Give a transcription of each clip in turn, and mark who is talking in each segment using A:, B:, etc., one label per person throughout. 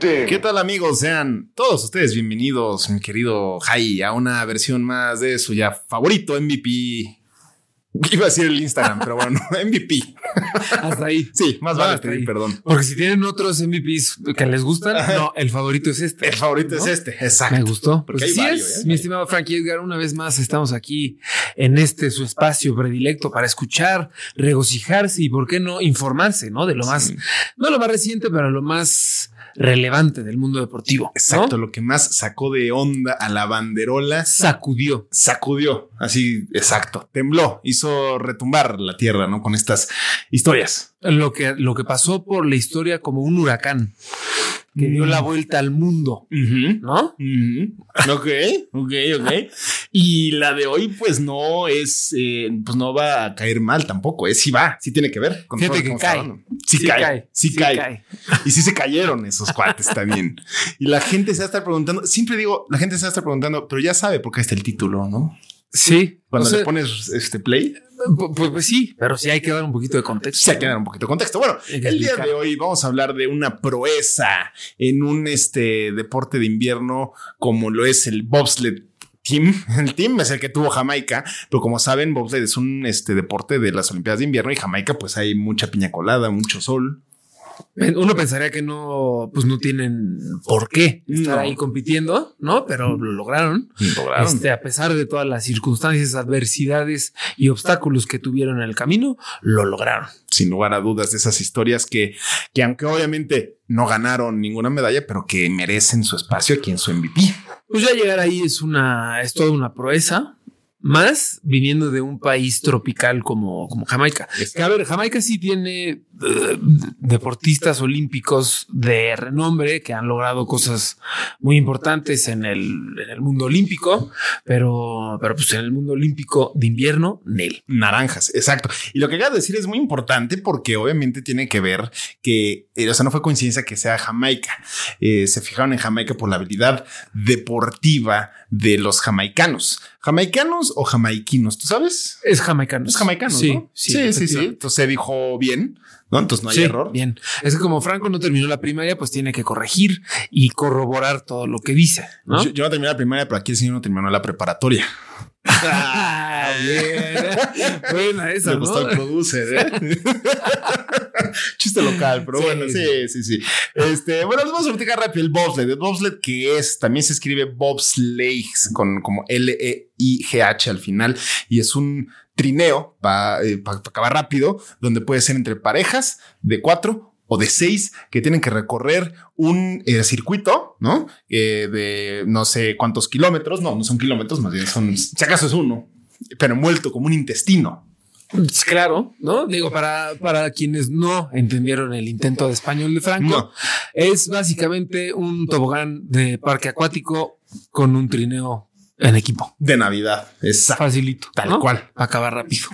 A: ding.
B: ¿Qué tal amigos? Sean todos ustedes bienvenidos, mi querido Jai, a una versión más de su ya favorito MVP. Iba a decir el Instagram, pero bueno, MVP.
C: Hasta ahí.
B: Sí, más
C: Ah,
B: vale,
C: hasta
B: te di
C: ahí.
B: perdón.
C: Porque si tienen otros MVPs que les gustan, no, el favorito es este.
B: El favorito
C: ¿No?
B: es este, exacto.
C: Me gustó.
B: Porque
C: Pues
B: hay
C: así
B: varios,
C: es,
B: ¿eh?
C: mi estimado Frankie Edgar. Una vez más estamos aquí en este su espacio predilecto para escuchar, regocijarse y, por qué no, informarse, ¿no? De lo más, no lo más reciente, pero lo más relevante del mundo deportivo. ¿no?
B: Exacto, lo que más sacó de onda a la banderola
C: Sacudió.
B: sacudió, así, exacto, tembló, hizo retumbar la tierra, ¿no? Con estas historias.
C: Lo que, lo que pasó por la historia como un huracán que dio
B: Mm.
C: la vuelta al mundo, ¿no?
B: Ok, ok, ok. Y la de hoy, pues no es, eh, pues no va a caer mal tampoco. Es si va, sí tiene que ver. con todo
C: Fíjate
B: lo
C: que
B: hemos
C: cae.
B: hablado. Sí, cae, sí, cae. Y sí se cayeron esos cuates también. Y la gente se va a estar preguntando, siempre digo, la gente se va a estar preguntando, pero ya sabe por qué está el título, ¿no?
C: Sí.
B: Cuando
C: o sea,
B: le pones este play,
C: pu- pues, pues sí, pero sí hay que dar un poquito de contexto.
B: se ha quedado un poquito de contexto. Bueno,
C: Hay que
B: el día
C: explicar.
B: de hoy vamos a hablar de una proeza en un este deporte de invierno como lo es el bobsled. Team, el team es el que tuvo Jamaica, pero como saben, bobsled es un este, deporte de las Olimpiadas de invierno y Jamaica pues hay mucha piña colada, mucho sol.
C: Pen- Uno pensaría que no, pues no tienen por qué estar
B: No. Mm.
C: ahí compitiendo, ¿no? Pero lo lograron. Este, a pesar de todas las circunstancias, adversidades y obstáculos que tuvieron en el camino, lo lograron.
B: sin lugar a dudas, de esas historias que, que aunque obviamente no ganaron ninguna medalla, pero que merecen su espacio aquí en su MVP.
C: Pues ya llegar ahí es una, es toda una proeza. Más viniendo de un país tropical como, como Jamaica. Que, a ver, Jamaica sí tiene eh, deportistas olímpicos de renombre que han logrado cosas muy importantes en el, en el mundo olímpico, pero, pero pues en el mundo olímpico de invierno, Nel.
B: Naranjas, exacto. Y lo que acabas de decir es muy importante porque obviamente tiene que ver que, eh, o sea, no fue coincidencia que sea Jamaica. Eh, se fijaron en Jamaica por la habilidad deportiva de los jamaicanos. ¿Jamaicanos o jamaiquinos? ¿Tú sabes?
C: Es jamaicano.
B: Es jamaicano,
C: sí,
B: ¿no?
C: Sí,
B: sí, sí, sí.
C: efectivamente.
B: Entonces se dijo bien, ¿no? Entonces no hay
C: Sí,
B: error.
C: Bien. Es que como Franco no terminó la primaria, pues tiene que corregir y corroborar todo lo que dice, ¿no?
B: Pues Yo, yo no terminé la primaria, pero aquí el señor no terminó la preparatoria.
C: Ah, bien. Buena esa,
B: Eh. Me
C: ¿no?
B: gustó el producer, ¿eh? Chiste local, pero
C: Sí,
B: bueno, sí, sí, sí. Este, bueno, les vamos a platicar rápido el bobsled. El bobsled que es, también se escribe bobsleigh con como E L-E-I-G-H al final y es un trineo para acabar rápido, donde puede ser entre parejas de cuatro o de seis que tienen que recorrer un eh, circuito, ¿no? Eh, de no sé cuántos kilómetros, no, no son kilómetros, más bien son, si acaso es uno, pero envuelto como un intestino,
C: Pues claro, ¿no? Digo, para, para quienes no entendieron el intento de español de Franco,
B: No.
C: es básicamente un tobogán de parque acuático con un trineo en equipo.
B: de Navidad. Exacto.
C: Facilito.
B: Tal cual.
C: Para acabar rápido.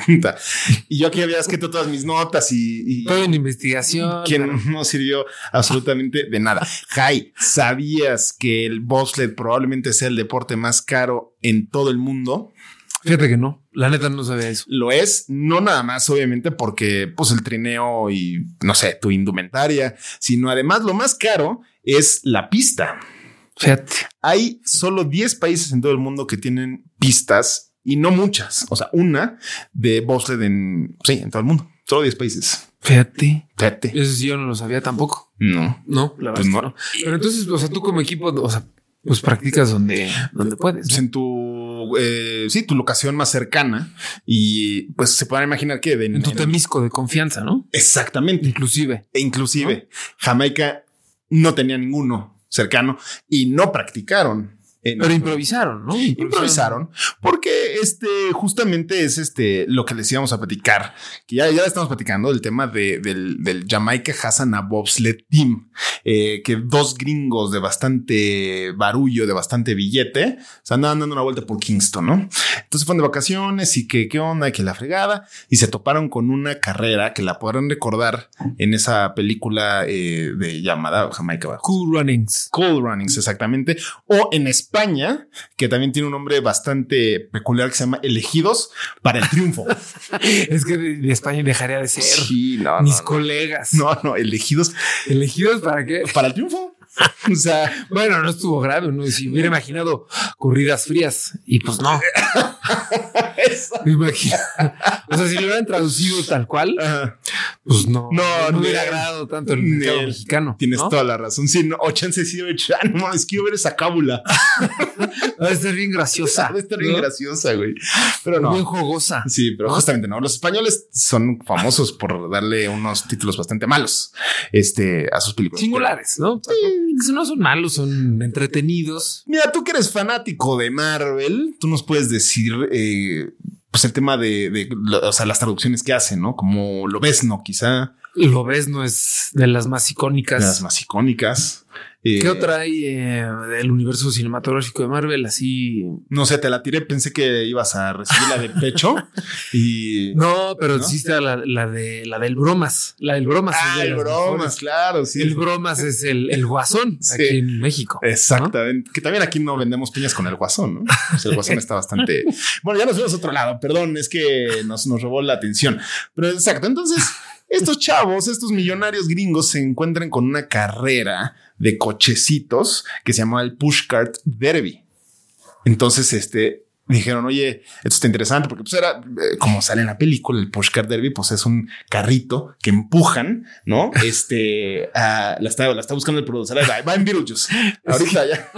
B: Y yo aquí había escrito todas mis notas y, y
C: Todo en investigación.
B: que no, no sirvió absolutamente de nada. Jai, ¿sabías que el bobsled probablemente sea el deporte más caro en todo el mundo?
C: Fíjate que no. La neta no sabía eso.
B: Lo es, no nada más, obviamente, porque pues el trineo y no sé, tu indumentaria, sino además lo más caro es la pista.
C: Fíjate.
B: Hay solo 10 países en todo el mundo que tienen pistas y no muchas. O sea, una de bobsled en sí, en todo el mundo. Solo 10 países.
C: Fíjate.
B: Fíjate.
C: Eso sí yo no lo sabía tampoco.
B: No.
C: No, la verdad
B: Pues
C: es
B: no.
C: que no. Pero entonces, o sea, tú como equipo, o sea, pues practicas donde, donde puedes.
B: Pues en tu eh, sí, tu locación más cercana. Y pues se pueden imaginar que de-
C: En tu temisco de confianza, ¿no?
B: Exactamente.
C: Inclusive.
B: E inclusive Jamaica no tenía ninguno cercano y no practicaron. en-
C: Pero improvisaron, ¿no?
B: improvisaron porque este justamente es este lo que les íbamos a platicar que ya ya estamos platicando el tema de- del, del Jamaica Hassan a bobsled team eh, que dos gringos de bastante barullo de bastante billete se andaban dando una vuelta por Kingston no entonces fueron de vacaciones y que qué onda y que la fregada y se toparon con una carrera que la podrán recordar en esa película eh, de llamada Jamaica bajo
C: Cool Runnings.
B: Cold Runnings, exactamente. O en España, que también tiene un nombre bastante peculiar que se llama Elegidos para el Triunfo.
C: Es que de, de España dejaría de ser.
B: no,
C: Mis colegas.
B: no, no, Elegidos
C: ¿Elegidos para qué?
B: para el Triunfo. O sea,
C: Bueno, no estuvo grave, ¿no? Si hubiera imaginado corridas frías y pues no. Me imagino. O sea, si lo hubieran traducido tal cual,
B: ajá,
C: pues no.
B: No,
C: no hubiera
B: Nel.
C: agradado tanto el mercado
B: Nel,
C: mexicano.
B: tienes
C: ¿no?
B: toda la razón. Sí, no, o chance sí, de hecho, ah, no, es que yo ver esa cábula.
C: Va a ser bien graciosa.
B: Va a estar bien
C: ¿no?
B: graciosa, güey. Pero no.
C: Bien jugosa.
B: Sí, pero justamente no. Los españoles son famosos por darle unos títulos bastante malos este, a sus películas.
C: Singulares, ¿no? Sí, No son malos, son entretenidos.
B: Mira, tú que eres fanático de Marvel, tú nos puedes decir, eh, pues el tema de, de, o sea, las traducciones que hacen, ¿no? Como lo ves, ¿no? Quizá
C: Lo ves, no es de las más icónicas.
B: las más icónicas. Eh,
C: ¿Qué otra hay eh, del universo cinematográfico de Marvel? Así.
B: No sé, te la tiré, pensé que ibas a recibirla de pecho y...
C: No, pero
B: ¿No?
C: existe la, la de la del bromas. La del bromas. es
B: Ah,
C: de
B: el
C: las
B: bromas,
C: mejores.
B: claro, sí.
C: El bromas es el, el guasón
B: Sí.
C: aquí en México.
B: Exactamente. Que también aquí no vendemos piñas con el guasón, ¿no? O sea, el guasón está bastante. Bueno, ya nos vemos a otro lado, perdón, es que nos, nos robó la atención. Pero exacto. Entonces, estos chavos, estos millonarios gringos se encuentran con una carrera de cochecitos que se llamaba el Pushcart Derby. Entonces, este. Dijeron, oye, esto está interesante porque pues era eh, como sale en la película el pushcart derby, pues es un carrito que empujan, ¿no? Este, ah, la, está, la está buscando el productor, va, va en Beetlejuice. Ahorita ya.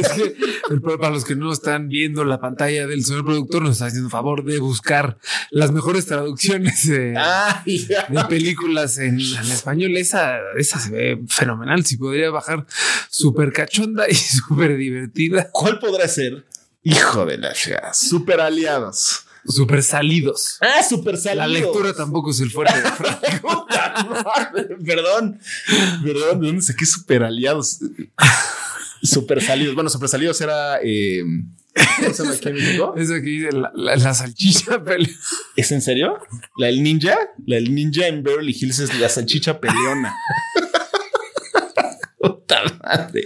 C: Es que, el- para los que no están viendo la pantalla del señor productor, nos está haciendo favor de buscar las mejores traducciones de,
B: Ah, ya.
C: de películas en, en español. Esa, esa se ve fenomenal. Si podría bajar súper cachonda y súper divertida,
B: ¿Cuál podrá ser? Hijo de la fea. Super aliados.
C: súper salidos.
B: Ah, super salidos.
C: La lectura tampoco es el fuerte de Fran.
B: Puta madre, Perdón. Perdón, ¿de dónde saqué super aliados? Super salidos. Bueno, super salidos era. eh, ¿cómo se llama aquí en México?
C: Eso que dice la, la- la salchicha pelea.
B: ¿Es en serio? ¿La del ninja? La del ninja en Beverly Hills es la salchicha peleona. Puta madre.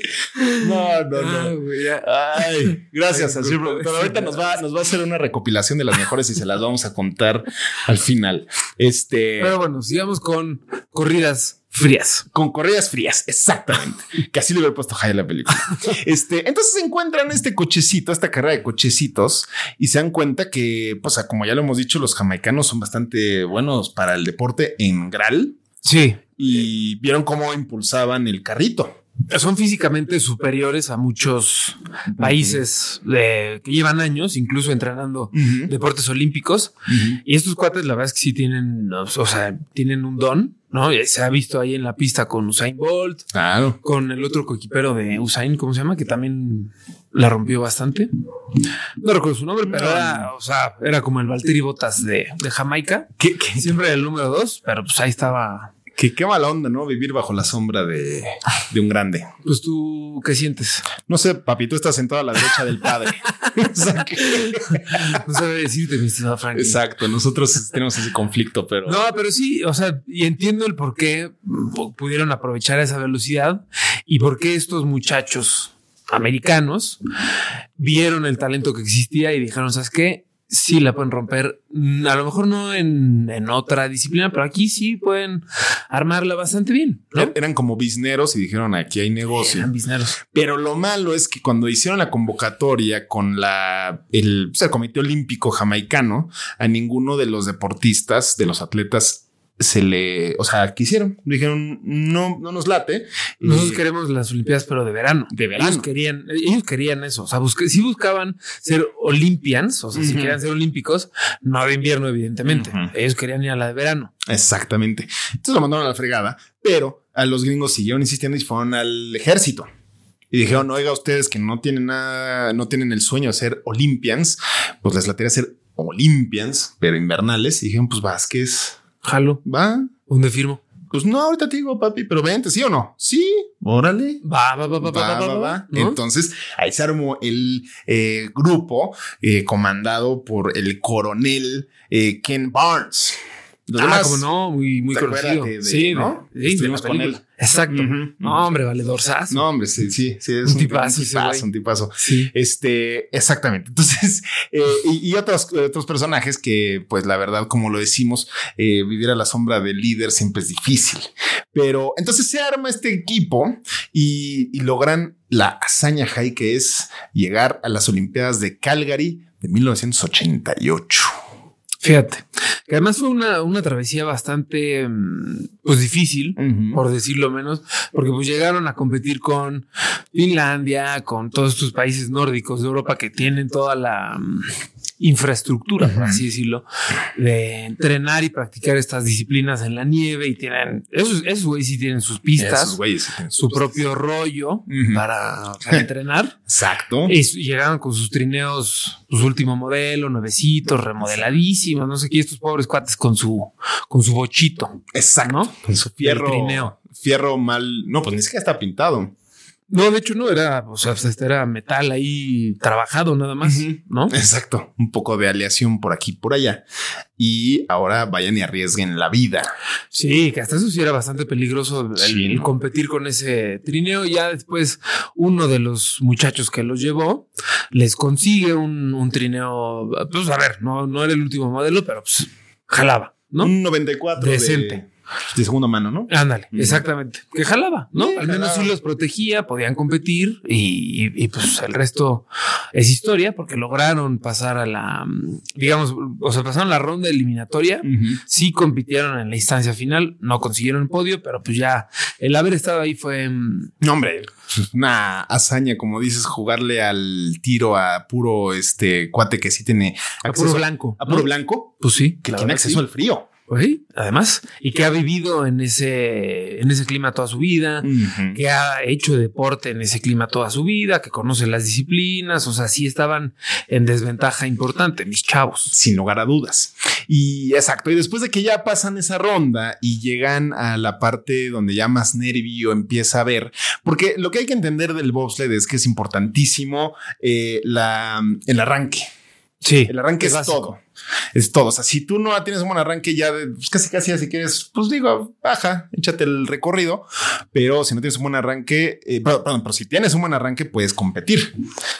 B: No, no, no.
C: Ah, güey, ya.
B: Ay, gracias al señor
C: Ay, disculpa.
B: productor. Ahorita nos va, nos va a hacer una recopilación de las mejores y se las vamos a contar al final. Este,
C: Pero bueno, sigamos con corridas frías.
B: con correas frías, exactamente. Que así le hubiera puesto high a la película. Este, entonces se encuentran este cochecito, esta carrera de cochecitos y se dan cuenta que, pues, como ya lo hemos dicho, los jamaicanos son bastante buenos para el deporte en Gral
C: Sí.
B: y vieron cómo impulsaban el carrito.
C: Son físicamente superiores a muchos países de- que llevan años, incluso entrenando deportes olímpicos. Y estos cuates, la verdad es que sí tienen, o sea, tienen un don, ¿no? Y Se ha visto ahí en la pista con Usain Bolt,
B: Claro.
C: con el otro coequipero de Usain, ¿cómo se llama? Que también la rompió bastante. No recuerdo su nombre, pero
B: No,
C: era, o sea, era como el Valtteri Botas de, de Jamaica.
B: Qué, qué,
C: Siempre era el número dos, pero pues ahí estaba.
B: qué, qué mala onda, ¿no? Vivir bajo la sombra de, de un grande.
C: Pues tú, ¿qué sientes?
B: No sé, papi, tú estás sentado a la derecha del padre. O sea que-
C: No sabe decirte, mi estimado Frank.
B: Exacto, nosotros tenemos ese conflicto, pero...
C: No, pero sí, o sea, y entiendo el por qué pu- pudieron aprovechar esa velocidad y por qué estos muchachos americanos vieron el talento que existía y dijeron, ¿sabes qué? Sí la pueden romper, Mm, a lo mejor no en, en otra disciplina, pero aquí sí pueden armarla bastante bien, ¿no?
B: Er- Eran como bisneros y dijeron, aquí hay negocio.
C: Eran bisneros.
B: Pero lo malo es que cuando hicieron la convocatoria con la, el, pues, el Comité Olímpico Jamaicano, a ninguno de los deportistas, de los atletas, se le... O sea, quisieron. Dijeron, no, no nos late.
C: Nosotros
B: Eh,
C: queremos las Olimpiadas, pero de verano.
B: De verano.
C: Ellos querían, ellos querían eso. O sea, busque- sí buscaban ser Olympians, o sea, si
B: Ujú.
C: querían ser olímpicos, no de invierno, evidentemente.
B: Ujú.
C: Ellos querían ir a la de verano.
B: Exactamente. Entonces lo mandaron a la fregada, pero a los gringos siguieron insistiendo y fueron al ejército. y dijeron, oiga, ustedes que no tienen nada, no tienen el sueño de ser Olympians, pues les latería ser Olympians, pero invernales. Y dijeron, pues Vázquez,
C: Jalo.
B: va.
C: ¿Dónde firmo?
B: Pues no, ahorita te digo, papi, pero vente, ¿sí o no? Sí, órale.
C: Va, va, va, va,
B: Va, va, va.
C: ¿no?
B: Entonces ahí se armó el eh, grupo eh, comandado por el coronel eh, Ken Barnes. Los
C: Ah,
B: demás-
C: como no, muy, muy
B: ¿te acuerdas
C: conocido.
B: de- de-
C: sí,
B: no?
C: de- sí, de
B: Estuvimos
C: la
B: con
C: película.
B: él.
C: Exacto.
B: Ujú.
C: No, hombre, vale, dorsazo.
B: No, hombre, sí, sí, sí, es
C: Un tipazo
B: Un
C: ese
B: tipazo,
C: güey.
B: un tipazo.
C: Sí.
B: Este, exactamente. Entonces, eh, y, y otros, otros personajes que, pues, la verdad, como lo decimos, eh, vivir a la sombra del líder siempre es difícil. Pero entonces se arma este equipo y, y logran la hazaña high que es llegar a las Olimpiadas de Calgary de 1988.
C: Fíjate. Que además fue una, una travesía bastante mm, pues difícil, por decirlo menos, porque pues llegaron a competir con Finlandia, con todos estos países nórdicos de Europa que tienen toda la mm, infraestructura, por así decirlo, de entrenar y practicar estas disciplinas en la nieve y tienen, esos, esos güeyes sí tienen sus pistas,
B: Esos güeyes sí tienen
C: su
B: sus-
C: propio rollo
B: Ujú.
C: para, para entrenar.
B: Exacto.
C: Y su- llegaron con sus trineos, su último modelo, nuevecitos, remodeladísimos, no sé qué, estos pobres cuates con su, con su bochito,
B: Exacto.
C: ¿no?
B: Con su
C: El
B: fierro.
C: trineo.
B: Fierro mal. No, pues ni siquiera está pintado.
C: No, de hecho no era, o sea, este era metal ahí trabajado nada más,
B: Ujú.
C: ¿no?
B: Exacto. Un poco de aleación por aquí y por allá. Y ahora vayan y arriesguen la vida.
C: Sí, que hasta eso sí era bastante peligroso el,
B: Sí,
C: el
B: ¿no?
C: competir con ese trineo. Ya después uno de los muchachos que los llevó les consigue un, un trineo, pues a ver, no, no era el último modelo, pero pues jalaba, ¿no?
B: Un 94 de-
C: Decente.
B: De, segunda mano, ¿no?
C: Ándale,
B: Ujú.
C: exactamente. Que jalaba, ¿no?
B: Sí,
C: Al menos
B: jalaba.
C: sí los protegía, podían competir y, y- y, pues el resto es historia porque lograron pasar a la, mm, digamos, o sea, pasaron la ronda eliminatoria. Sí compitieron en la instancia final, no consiguieron el podio, pero pues ya el haber estado ahí fue... mm,
B: No, hombre, una hazaña, como dices, jugarle al tiro a puro este cuate que sí tiene
C: A
B: acceso
C: puro blanco.
B: A puro
C: ¿no?
B: blanco
C: Pues sí.
B: que
C: la
B: tiene
C: verdad
B: acceso
C: sí.
B: al frío.
C: Pues sí, además. Y que ha vivido en ese, en ese clima toda su vida.
B: Ujú.
C: que ha hecho deporte en ese clima toda su vida, que conoce las disciplinas, o sea, sí estaban en desventaja importante, mis chavos.
B: Sin lugar a dudas. Y exacto. Y después de que ya pasan esa ronda y llegan a la parte donde ya más nervio empieza a ver, porque lo que hay que entender del bobsled es que es importantísimo eh, la, el arranque.
C: Sí,
B: El arranque es,
C: básico.
B: todo. Es todo. O sea, si tú no tienes un arranque ya de pues casi casi si quieres, pues digo, baja, échate el recorrido. Pero si no tienes un buen arranque, eh, perdón, perdón, pero si tienes un buen arranque, puedes competir.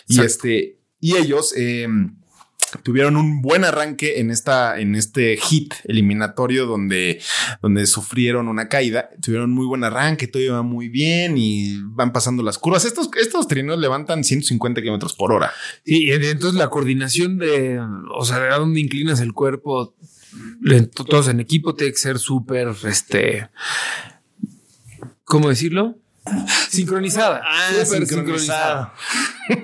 B: Y
C: Exacto.
B: este, y ellos eh, tuvieron un buen arranque en esta, en este hit eliminatorio donde, donde sufrieron una caída. Tuvieron muy buen arranque, todo iba muy bien y van pasando las curvas. Estos, estos trinos levantan 150 kilómetros por hora.
C: Sí, y entonces la coordinación de, o sea, de a dónde inclinas el cuerpo, en- todos en equipo, tiene que ser súper, este, ¿cómo decirlo? Sincronizada. Súper Pero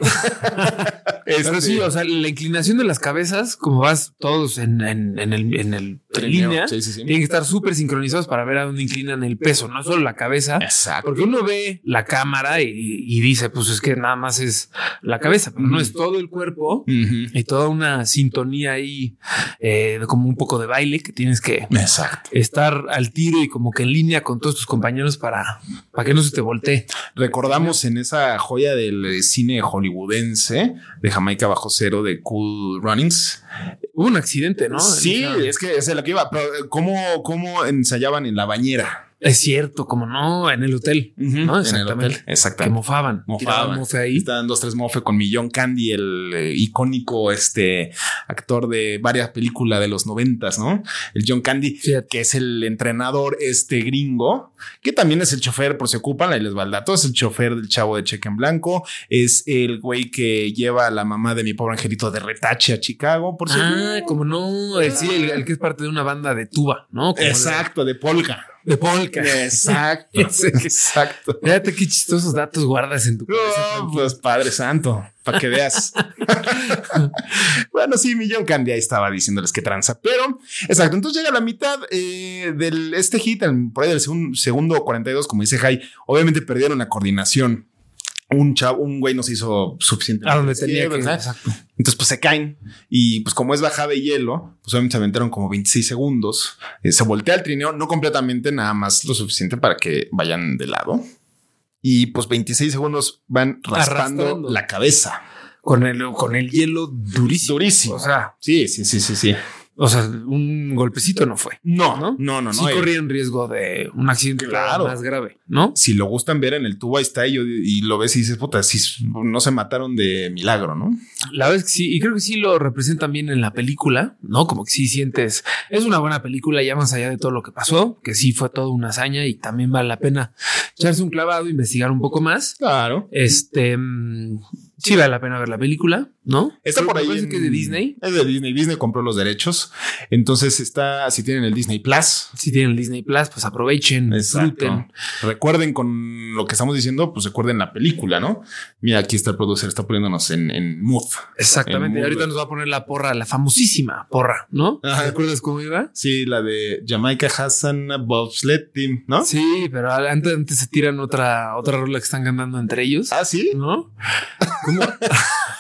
B: Este-
C: sí, o sea, la inclinación de las cabezas, como vas todos en, en- en el, en el línea,
B: Sí, sí, sí.
C: tienen que estar súper sincronizados para ver a dónde inclinan el peso, no solo la cabeza.
B: Exacto.
C: Porque uno ve la cámara y, y dice, pues es que nada más es la cabeza, pero no es todo el cuerpo y toda una sintonía ahí, eh, como un poco de baile que tienes que
B: Exacto.
C: estar al tiro y como que en línea con todos tus compañeros para, para que no se te voltee.
B: Recordamos en esa joya del eh, cine hollywoodense de Jamaica bajo cero de Cool Runnings.
C: Hubo un accidente, ¿no?
B: sí,
C: O sea,
B: es que es a lo que iba. Pero eh, ¿cómo, cómo ensayaban en la bañera?
C: Es cierto, como no, en el hotel, ¿no?
B: En el
C: Exactamente.
B: hotel.
C: Que
B: Exactamente.
C: mofaban.
B: Mofaban.
C: Tiraban mofe ahí.
B: Estaban dos, tres mofe con Millón Candy, el eh, icónico este actor de varias películas de los noventas, ¿no? El John Candy,
C: Fíjate.
B: que es el entrenador este gringo, que también es el chofer, por si ocupan, ahí les va el dato, es el chofer del chavo de cheque en blanco, es el güey que lleva a la mamá de mi pobre angelito de retache a Chicago, por si
C: Ah, como no, el, sí, el, el que es parte de una banda de tuba, ¿no? Como de-
B: Exacto, de polka.
C: De, polka.
B: Exacto.
C: Ese que-
B: Exacto.
C: Fíjate qué chistosos datos guardas en tu cabeza.
B: No,
C: Frankie.
B: pues Padre Santo, para que veas. bueno, sí, Millón Candy ahí estaba diciéndoles que tranza, pero exacto. Entonces llega la mitad eh, del este hit, en- por ahí del segun- segundo 42, como dice Jai. Obviamente perdieron la coordinación. un chavo, un güey no se hizo suficiente.
C: A donde tenía que.
B: Entonces, pues se caen y pues como es bajada de hielo, pues obviamente se aventaron como 26 segundos. Eh, se voltea el trineo, no completamente, nada más lo suficiente para que vayan de lado. Y pues 26 segundos van raspando
C: Arrastrando.
B: la cabeza.
C: Con el, con el hielo durísimo.
B: Durísimo.
C: O sea,
B: Sí, sí, sí, sí, sí.
C: o sea, un golpecito no fue.
B: No,
C: ¿No?
B: no, no, no.
C: sí
B: eh,
C: corrían riesgo de un accidente
B: Claro.
C: más grave, ¿no?
B: si lo gustan ver en el tubo, ahí está y, y lo ves y dices, puta, si no se mataron de milagro, ¿no?
C: La vez que sí, y creo que sí lo representan bien en la película, ¿no? Como que sí sientes, es una buena película ya más allá de todo lo que pasó, que sí fue toda una hazaña y también vale la pena echarse un clavado, investigar un poco más.
B: Claro.
C: Este, mm, sí vale la pena ver la película, ¿no?
B: Está
C: Creo-
B: por
C: me
B: ahí.
C: parece
B: en-
C: que es de Disney.
B: Es de Disney. Disney compró los derechos. Entonces está, si tienen el Disney Plus.
C: Si tienen el Disney Plus, pues aprovechen, disfruten.
B: Recuerden con lo que estamos diciendo, pues recuerden la película, ¿no? Mira, aquí está el productor, está poniéndonos en, en mood.
C: Exactamente.
B: El
C: Y ahorita
B: mundo.
C: nos va a poner la porra, la famosísima porra, ¿no?
B: Ajá.
C: ¿Te acuerdas cómo iba?
B: Sí, la de Jamaica Hassan Bobsled Team, ¿no?
C: Sí, pero al- antes, antes se tiran otra, otra rola que están cantando entre ellos.
B: Ah, sí.
C: ¿No?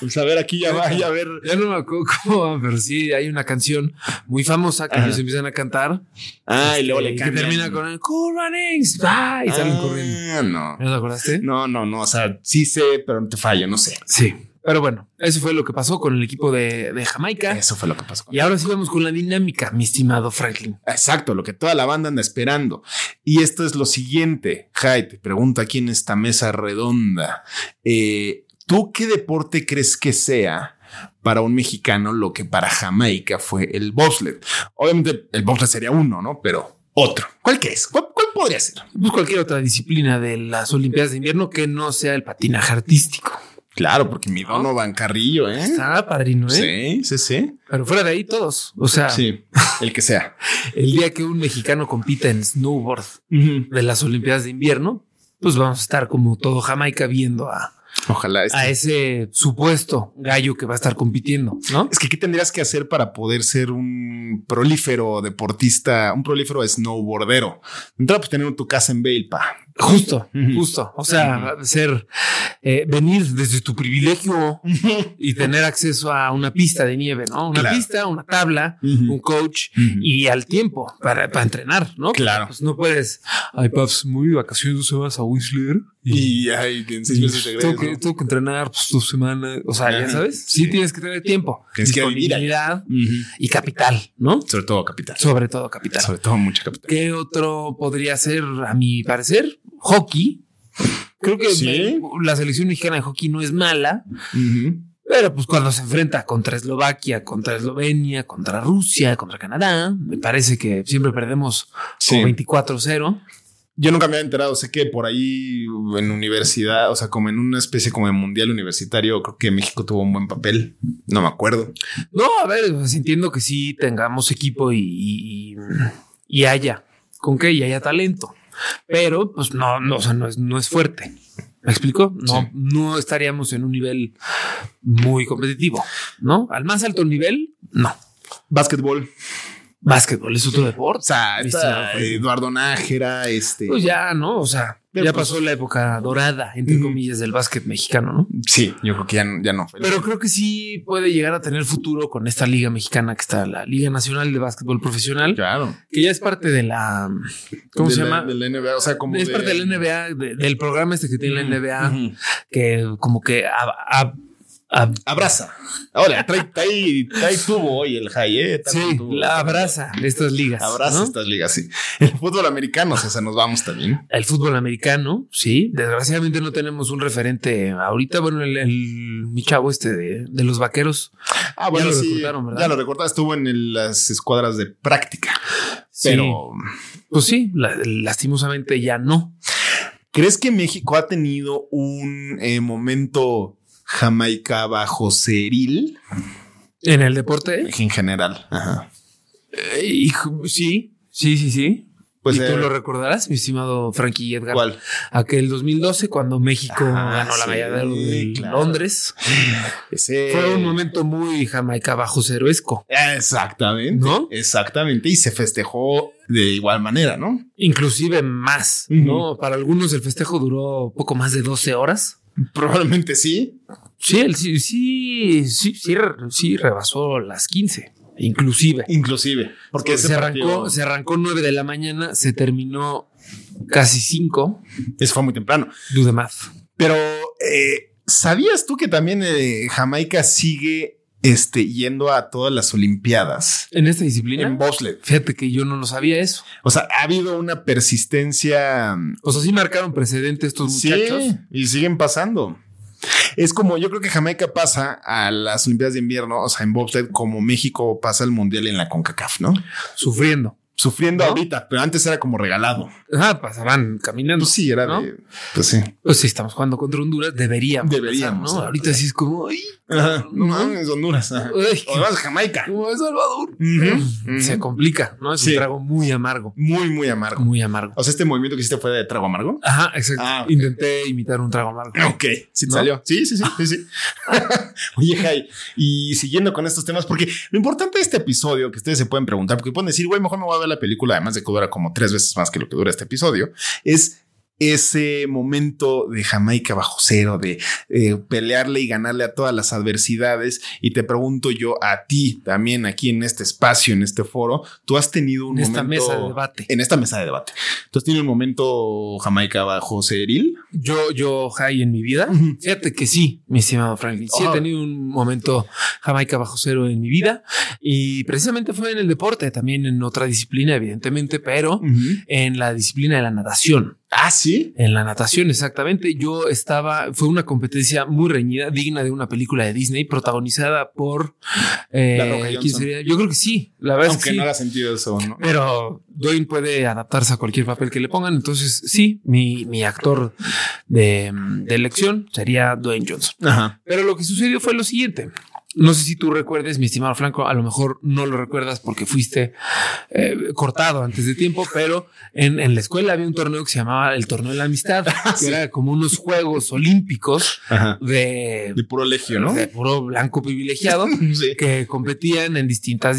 B: Pues a ver, aquí ya va, ya a ver.
C: Ya no me acuerdo cómo va, pero sí hay una canción muy famosa que
B: Ajá.
C: ellos empiezan a cantar.
B: Ah, y luego le
C: eh, Que
B: cambian.
C: termina con el Cool Runnings. Ah, y salen
B: Ah,
C: corriendo.
B: No.
C: ¿No te acordaste?
B: No, no, no. O sea, sí sé, pero te fallo, no sé.
C: Sí. Pero bueno, eso fue lo que pasó con el equipo de, de Jamaica.
B: Eso fue lo que pasó. con
C: Y ahora sí vamos con la dinámica, mi estimado Franklin.
B: Exacto, lo que toda la banda anda esperando. Y esto es lo siguiente. Jai, te pregunto aquí en esta mesa redonda. eh, ¿Tú qué deporte crees que sea para un mexicano lo que para Jamaica fue el bobsled? Obviamente el bobsled sería uno, ¿no? Pero otro. ¿Cuál que es? ¿Cuál, cuál podría ser?
C: Pues cualquier otra disciplina de las Olimpiadas de Invierno que no sea el patinaje artístico.
B: Claro, porque mi Donovan Carrillo, ¿eh?
C: Está padrino, ¿eh?
B: Sí, sí, sí.
C: Pero fuera de ahí todos. O sea,
B: Sí, el que sea.
C: el día que un mexicano compita en snowboard de las Olimpiadas de Invierno, pues vamos a estar como todo Jamaica viendo a,
B: Ojalá. este-
C: a ese supuesto gallo que va a estar compitiendo, ¿no?
B: Es que, ¿qué tendrías que hacer para poder ser un prolífero deportista, un prolífero snowboardero? De entrada, pues tener tu casa en Bale, pa.
C: Justo,
B: Ujú.
C: justo. O sea, ser, eh, venir desde tu privilegio y tener acceso a una pista de nieve, ¿no? Una
B: Claro.
C: pista, una tabla,
B: Ujú.
C: un coach
B: Ujú.
C: y al tiempo para, para entrenar, ¿no?
B: Claro.
C: Pues no puedes. Ay, paps, muy de vacaciones, se vas a Whistler
B: Y ay, en seis meses
C: Y pues,
B: regreso.
C: tengo, que, tengo que entrenar pues, dos semanas. O sea, ya
B: Ajá.
C: sabes, sí,
B: Sí.
C: tienes que tener tiempo,
B: Tienes que vivir ahí.
C: disponibilidad
B: Ujú.
C: y capital, ¿no?
B: Sobre todo capital.
C: Sobre todo capital.
B: Sobre todo mucha capital.
C: ¿Qué otro podría ser, a mi parecer? Hockey. Creo que
B: Sí.
C: la selección mexicana de hockey no es mala,
B: Ujú.
C: pero pues cuando se enfrenta contra Eslovaquia, contra Eslovenia, contra Rusia, contra Canadá, me parece que siempre perdemos
B: Sí.
C: con 24-0.
B: Yo nunca me había enterado. Sé que por ahí en universidad, o sea, como en una especie como de mundial universitario, creo que México tuvo un buen papel. No me acuerdo.
C: No, a ver, pues, entiendo que sí tengamos equipo y, y, y haya con qué y haya talento, pero pues no, no, o sea, no es, no es fuerte. ¿Me explico? No,
B: Sí.
C: no estaríamos en un nivel muy competitivo, ¿no? Al más alto nivel, no.
B: Básquetbol.
C: Básquetbol es otro
B: O
C: deporte.
B: sea,
C: Viste,
B: está
C: Rafael.
B: Eduardo Nájera, este.
C: Este, Pues ya, ¿no? O sea,
B: Pero
C: ya
B: pues-
C: pasó la época dorada, entre
B: Mm.
C: comillas, del básquet mexicano, ¿no?
B: Sí, yo creo que ya, no- ya no fue.
C: Pero creo que sí puede llegar a tener futuro con esta liga mexicana que está, la Liga Nacional de Básquetbol Profesional.
B: claro.
C: que ya es parte de la ¿cómo
B: De
C: se
B: la-
C: llama?
B: De la NBA, o sea, como
C: es parte de la NBA, de- del programa este que tiene la NBA, que como que ab- ab- ab-
B: Abraza. Ahora, trae, trae, trae tubo hoy el high, eh. Está con
C: sí,
B: tubo.
C: la abraza de estas ligas.
B: Abraza
C: ¿no?
B: estas ligas, sí. El fútbol americano, o sea, nos vamos también.
C: El fútbol americano, sí. Desgraciadamente no tenemos un referente ahorita. Bueno, el, el- mi chavo este de, de los vaqueros.
B: Ah,
C: bueno,
B: bueno,
C: sí,
B: sí.
C: ya
B: Ya
C: lo
B: lo recordás, estuvo en el- las escuadras de práctica.
C: Sí,
B: Pero,
C: pues sí, la- lastimosamente ya no.
B: ¿crees que México ha tenido un eh, momento Jamaica bajo ceril?
C: En el deporte,
B: En general. Ajá.
C: eh, hijo, sí, sí, sí, sí.
B: Pues,
C: y tú
B: eh,
C: lo recordarás, mi estimado Frankie Edgar.
B: ¿Cuál?
C: Aquel 2012, cuando México
B: Ah,
C: ganó la
B: sí,
C: medalla de
B: claro. Eh.
C: Londres.
B: Ese-
C: Fue un momento muy Jamaica bajo ceroesco.
B: Exactamente.
C: ¿No?
B: Exactamente. Y se festejó de igual manera, ¿no?
C: Inclusive más,
B: Ujú.
C: ¿no? Para algunos el festejo duró poco más de 12 horas.
B: Probablemente sí.
C: Sí, el- sí, sí, sí, sí, re- sí rebasó las 15, inclusive.
B: Inclusive. Porque ese
C: se arrancó,
B: partido-
C: se arrancó 9 de la mañana, se terminó casi 5.
B: Eso fue muy temprano.
C: Do the math.
B: Pero, eh, ¿sabías tú que también eh, Jamaica sigue este, yendo a todas las Olimpiadas?
C: En esta disciplina,
B: En bobsled.
C: fíjate que yo no lo sabía eso.
B: O sea, ha habido una persistencia mm,
C: O sea, sí marcaron precedente estos muchachos.
B: Sí, y siguen pasando. Es como yo creo que Jamaica pasa a las Olimpiadas de invierno, o sea, en bobsled, como México pasa al mundial en la CONCACAF, ¿no?
C: Sufriendo.
B: Sufriendo
C: ¿No?
B: ahorita, pero antes era como regalado.
C: Ajá, pasaban caminando.
B: Pues sí, era
C: ¿no?
B: de. Pues sí.
C: Pues si estamos jugando contra Honduras, deberíamos.
B: Deberíamos,
C: pasar,
B: claro.
C: ¿no? Ahorita sí es como, ¡ay!
B: Ajá. No mames, Honduras. ajá.
C: Ay,
B: O además, Jamaica.
C: como El Salvador! Mm,
B: Ujú, ujú.
C: Se complica, ¿no? Es
B: Sí.
C: un trago muy amargo.
B: Muy, muy amargo.
C: Muy amargo.
B: O sea, este movimiento que hiciste fue de trago amargo.
C: Ajá, exacto.
B: Ah, ok.
C: Intenté imitar un trago amargo.
B: Ok, sí te
C: ¿No?
B: salió. Sí, sí, sí, sí, sí. Oye, Jai, y siguiendo con estos temas, porque lo importante de este episodio, que ustedes se pueden preguntar, porque pueden decir, güey, mejor me voy a ver la película, además de que dura como tres veces más que lo que dura este episodio, es ese momento de Jamaica bajo cero, de eh, pelearle y ganarle a todas las adversidades. Y te pregunto yo a ti también aquí en este espacio, en este foro, tú has tenido un
C: En esta
B: momento- eh,
C: mesa de debate.
B: En esta mesa de debate. ¿Tú has tenido un momento Jamaica bajo ceril?
C: Yo, yo, high en mi vida.
B: Ujú.
C: Fíjate que sí, mi estimado Franklin. Sí,
B: Ah.
C: he tenido un momento Jamaica bajo cero en mi vida y precisamente fue en el deporte, también en otra disciplina, evidentemente, pero en la disciplina de la natación.
B: Ah, sí.
C: En la natación, exactamente. Yo estaba, fue una competencia muy reñida, digna de una película de Disney, protagonizada por... eh,
B: La Roca
C: ¿quién
B: Johnson.
C: sería? Yo creo que sí, la verdad es
B: Aunque
C: que sí.
B: no haga sentido eso, ¿no?
C: Pero Dwayne puede adaptarse a cualquier papel que le pongan. Entonces, sí, mi, mi actor de, de elección sería Dwayne Johnson.
B: Ajá.
C: Pero lo que sucedió fue lo siguiente. No sé si tú recuerdes, mi estimado Franco, a lo mejor no lo recuerdas porque fuiste eh, cortado antes de tiempo, pero en, en la escuela había un torneo que se llamaba el Torneo de la Amistad,
B: Ah,
C: que era como unos Juegos Olímpicos
B: Ajá.
C: de,
B: De puro legio, ¿no?
C: de puro blanco privilegiado,
B: Sí.
C: que competían en distintas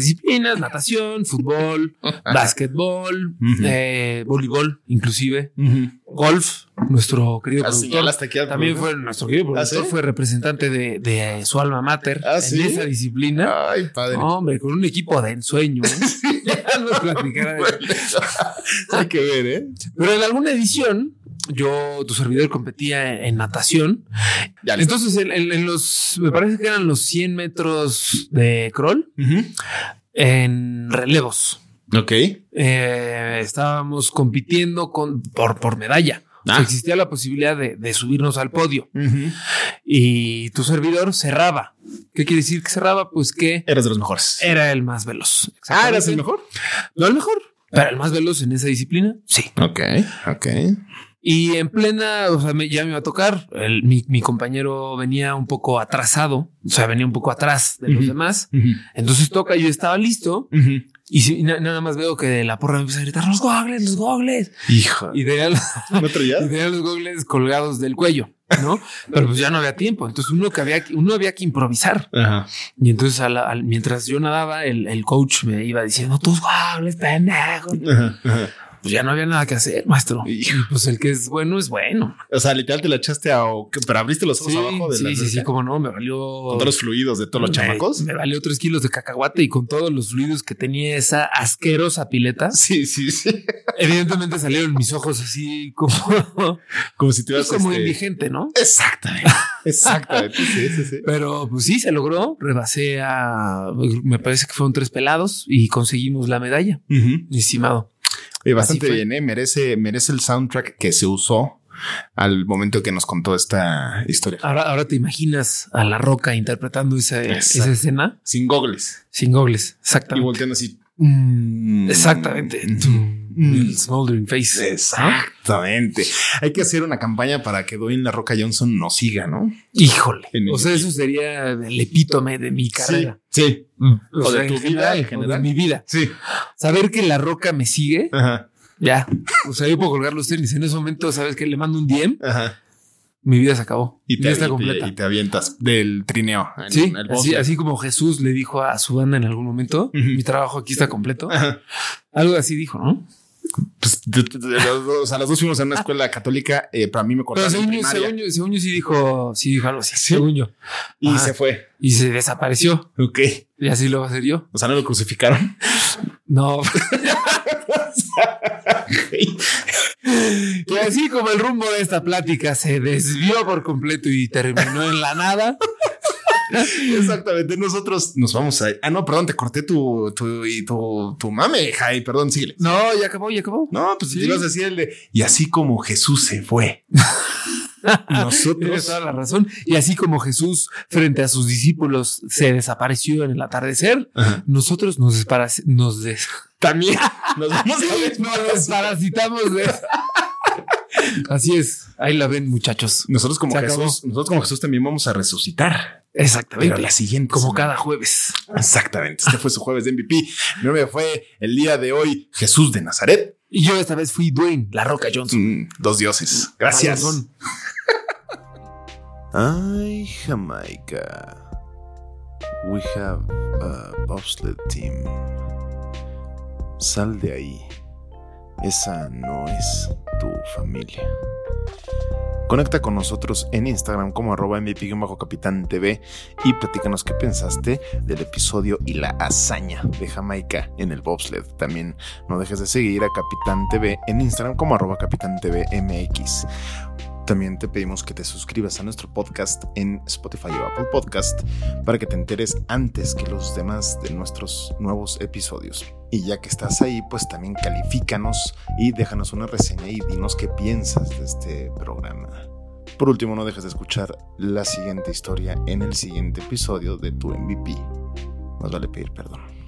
C: disciplinas, natación, fútbol, básquetbol,
B: Ujú.
C: eh, voleibol, inclusive, golf, nuestro querido
B: Ah,
C: productor.
B: señalaste aquí al
C: También
B: productor.
C: fue nuestro querido productor,
B: ¿Ah, ¿sí?
C: fue representante de, de eh, su alma mater
B: ¿Ah,
C: en
B: sí? Ah,
C: esa disciplina.
B: Ay, padre.
C: Hombre, con un equipo de ensueño. ¿eh? Ya nos platicará de eso.
B: Hay que ver, ¿eh?
C: Pero en alguna edición, yo, tu servidor, competía en, en natación.
B: Ya listo.
C: Entonces, en, en- en los, me parece que eran los 100 metros de crawl en relevos.
B: Ok.
C: Eh, estábamos compitiendo con, por, por medalla. O sea,
B: Ah.
C: existía la posibilidad de- de subirnos al podio. y tu servidor cerraba. ¿Qué quiere decir que cerraba? Pues que
B: Eres de los mejores.
C: era el más veloz.
B: ah, ¿eras el mejor?
C: No el mejor, pero el más veloz en esa disciplina. Sí.
B: Ok, ok.
C: Y en plena, o sea, me- ya me iba a tocar. El- mi, mi compañero venía un poco atrasado, o sea, venía un poco atrás de los
B: Ujú.
C: demás. Entonces toca, yo estaba listo y si- na- nada más veo que la porra me empieza a gritar los gogles, los gogles.
B: Hijo.
C: Y tenía los-
B: ¿No
C: y
B: traías?
C: tenía los gogles colgados del cuello, ¿no? Pero pues ya no había tiempo. Entonces uno que había, que- uno había que improvisar.
B: Ajá.
C: Y entonces, a la- al- mientras yo nadaba, el, el coach me iba diciendo, tus goles, pendejo.
B: Ajá, ajá.
C: Pues ya no había nada que hacer, maestro. Y
B: Hijo.
C: pues el que es bueno es bueno.
B: O sea, literal te la echaste a. o- Pero abriste los ojos
C: Sí,
B: abajo de la.
C: sí, sí, sí, como no, me valió...
B: Con todos los fluidos de todos los
C: me-
B: chamacos.
C: Me valió tres kilos de cacahuate y con todos los fluidos que tenía esa asquerosa pileta.
B: Sí, sí, sí.
C: Evidentemente salieron mis ojos así como,
B: Como si te ibas
C: como
B: este-
C: indigente, ¿no?
B: Exactamente. Exactamente. Sí, sí, sí.
C: Pero pues sí, se logró. Rebasé a, me parece que fueron tres pelados y conseguimos la medalla,
B: Ujú.
C: mi estimado.
B: Oye, bastante
C: Así fue.
B: bien, ¿eh? merece, merece el soundtrack que se usó al momento que nos contó esta historia.
C: Ahora, ahora te imaginas a La Roca interpretando esa,
B: Exacto.
C: esa escena
B: Sin gogles
C: sin gogles.
B: y
C: Exactamente.
B: volteando así.
C: Exactamente.
B: Mm.
C: El smoldering face.
B: Exactamente. Hay que hacer una campaña para que Dwayne La Roca Johnson nos siga, ¿no?
C: Híjole.
B: En el-
C: O sea, eso sería el epítome de mi carrera.
B: Sí, Mm.
C: O,
B: O de
C: sea, en
B: tu vida en
C: o
B: general.
C: de mi vida.
B: sí.
C: Saber que La Roca me sigue
B: Ajá.
C: Ya. O sea, yo puedo colgar los tenis. En ese momento, ¿sabes qué? Le mando un DM.
D: Ajá.
C: Mi vida se acabó.
D: Y
C: Mi
D: te,
C: vida está
D: y te-
C: completa.
D: y te avientas del trineo. en-
C: Sí,
D: en el
C: así,
D: bobsled.
C: así como Jesús le dijo a su banda en algún momento, mi trabajo aquí está completo. Algo así dijo, ¿no?
D: Pues, t- t- t- los dos- o sea, las dos fuimos a una escuela católica. eh, para mí me
C: Ah. Pero
D: cortaron en
C: según yo,
D: primaria.
C: según, yo, según yo sí dijo, sí dijo algo así, según yo.
D: y
C: Ajá.
D: se fue.
C: Y se desapareció.
D: Ah. Ok.
C: Y así lo va a hacer yo.
D: O sea, no lo crucificaron.
C: No. y así como el rumbo de esta plática se desvió por completo y terminó en la nada.
D: Exactamente. Nosotros nos vamos a. Ah, no, perdón, te corté tu, tu, y tu, tu mame, Jai. Perdón, síguele.
C: No, ya acabó, ya acabó.
D: No, pues
C: Sí.
D: ibas a decir el de. Y así como Jesús se fue.
C: Tienes
D: nosotros.
C: toda la razón. Y así como Jesús frente a sus discípulos se desapareció en el atardecer,
D: Ajá.
C: nosotros nos, desparas- nos des-
D: También nos vamos a ver.
C: nos desparasitamos de... Así es, ahí la ven muchachos.
D: Nosotros como
C: Se acabó.
D: Jesús, nosotros como Jesús también vamos a resucitar. Pero
C: Exactamente.
D: la siguiente.
C: Como
D: semana.
C: cada jueves.
D: Exactamente. Este fue su jueves de MVP. Mi nombre fue el día de hoy Jesús de Nazaret.
C: Y yo esta vez fui Dwayne, la Roca Johnson.
D: Mm, Dos dioses. Gracias.
C: Razón.
B: Ay, Jamaica. We have a bobsled team. Sal de ahí. Esa no es tu familia. Conecta con nosotros en Instagram como arroba MVP-Capitán TV y platícanos qué pensaste del episodio y la hazaña de Jamaica en el bobsled. También no dejes de seguir a Capitán TV en Instagram como arroba Capitán TV MX. También te pedimos que te suscribas a nuestro podcast en Spotify o Apple Podcast para que te enteres antes que los demás de nuestros nuevos episodios. Y ya que estás ahí, pues también califícanos y déjanos una reseña y dinos qué piensas de este programa. Por último, no dejes de escuchar la siguiente historia en el siguiente episodio de tu MVP. Más vale pedir perdón.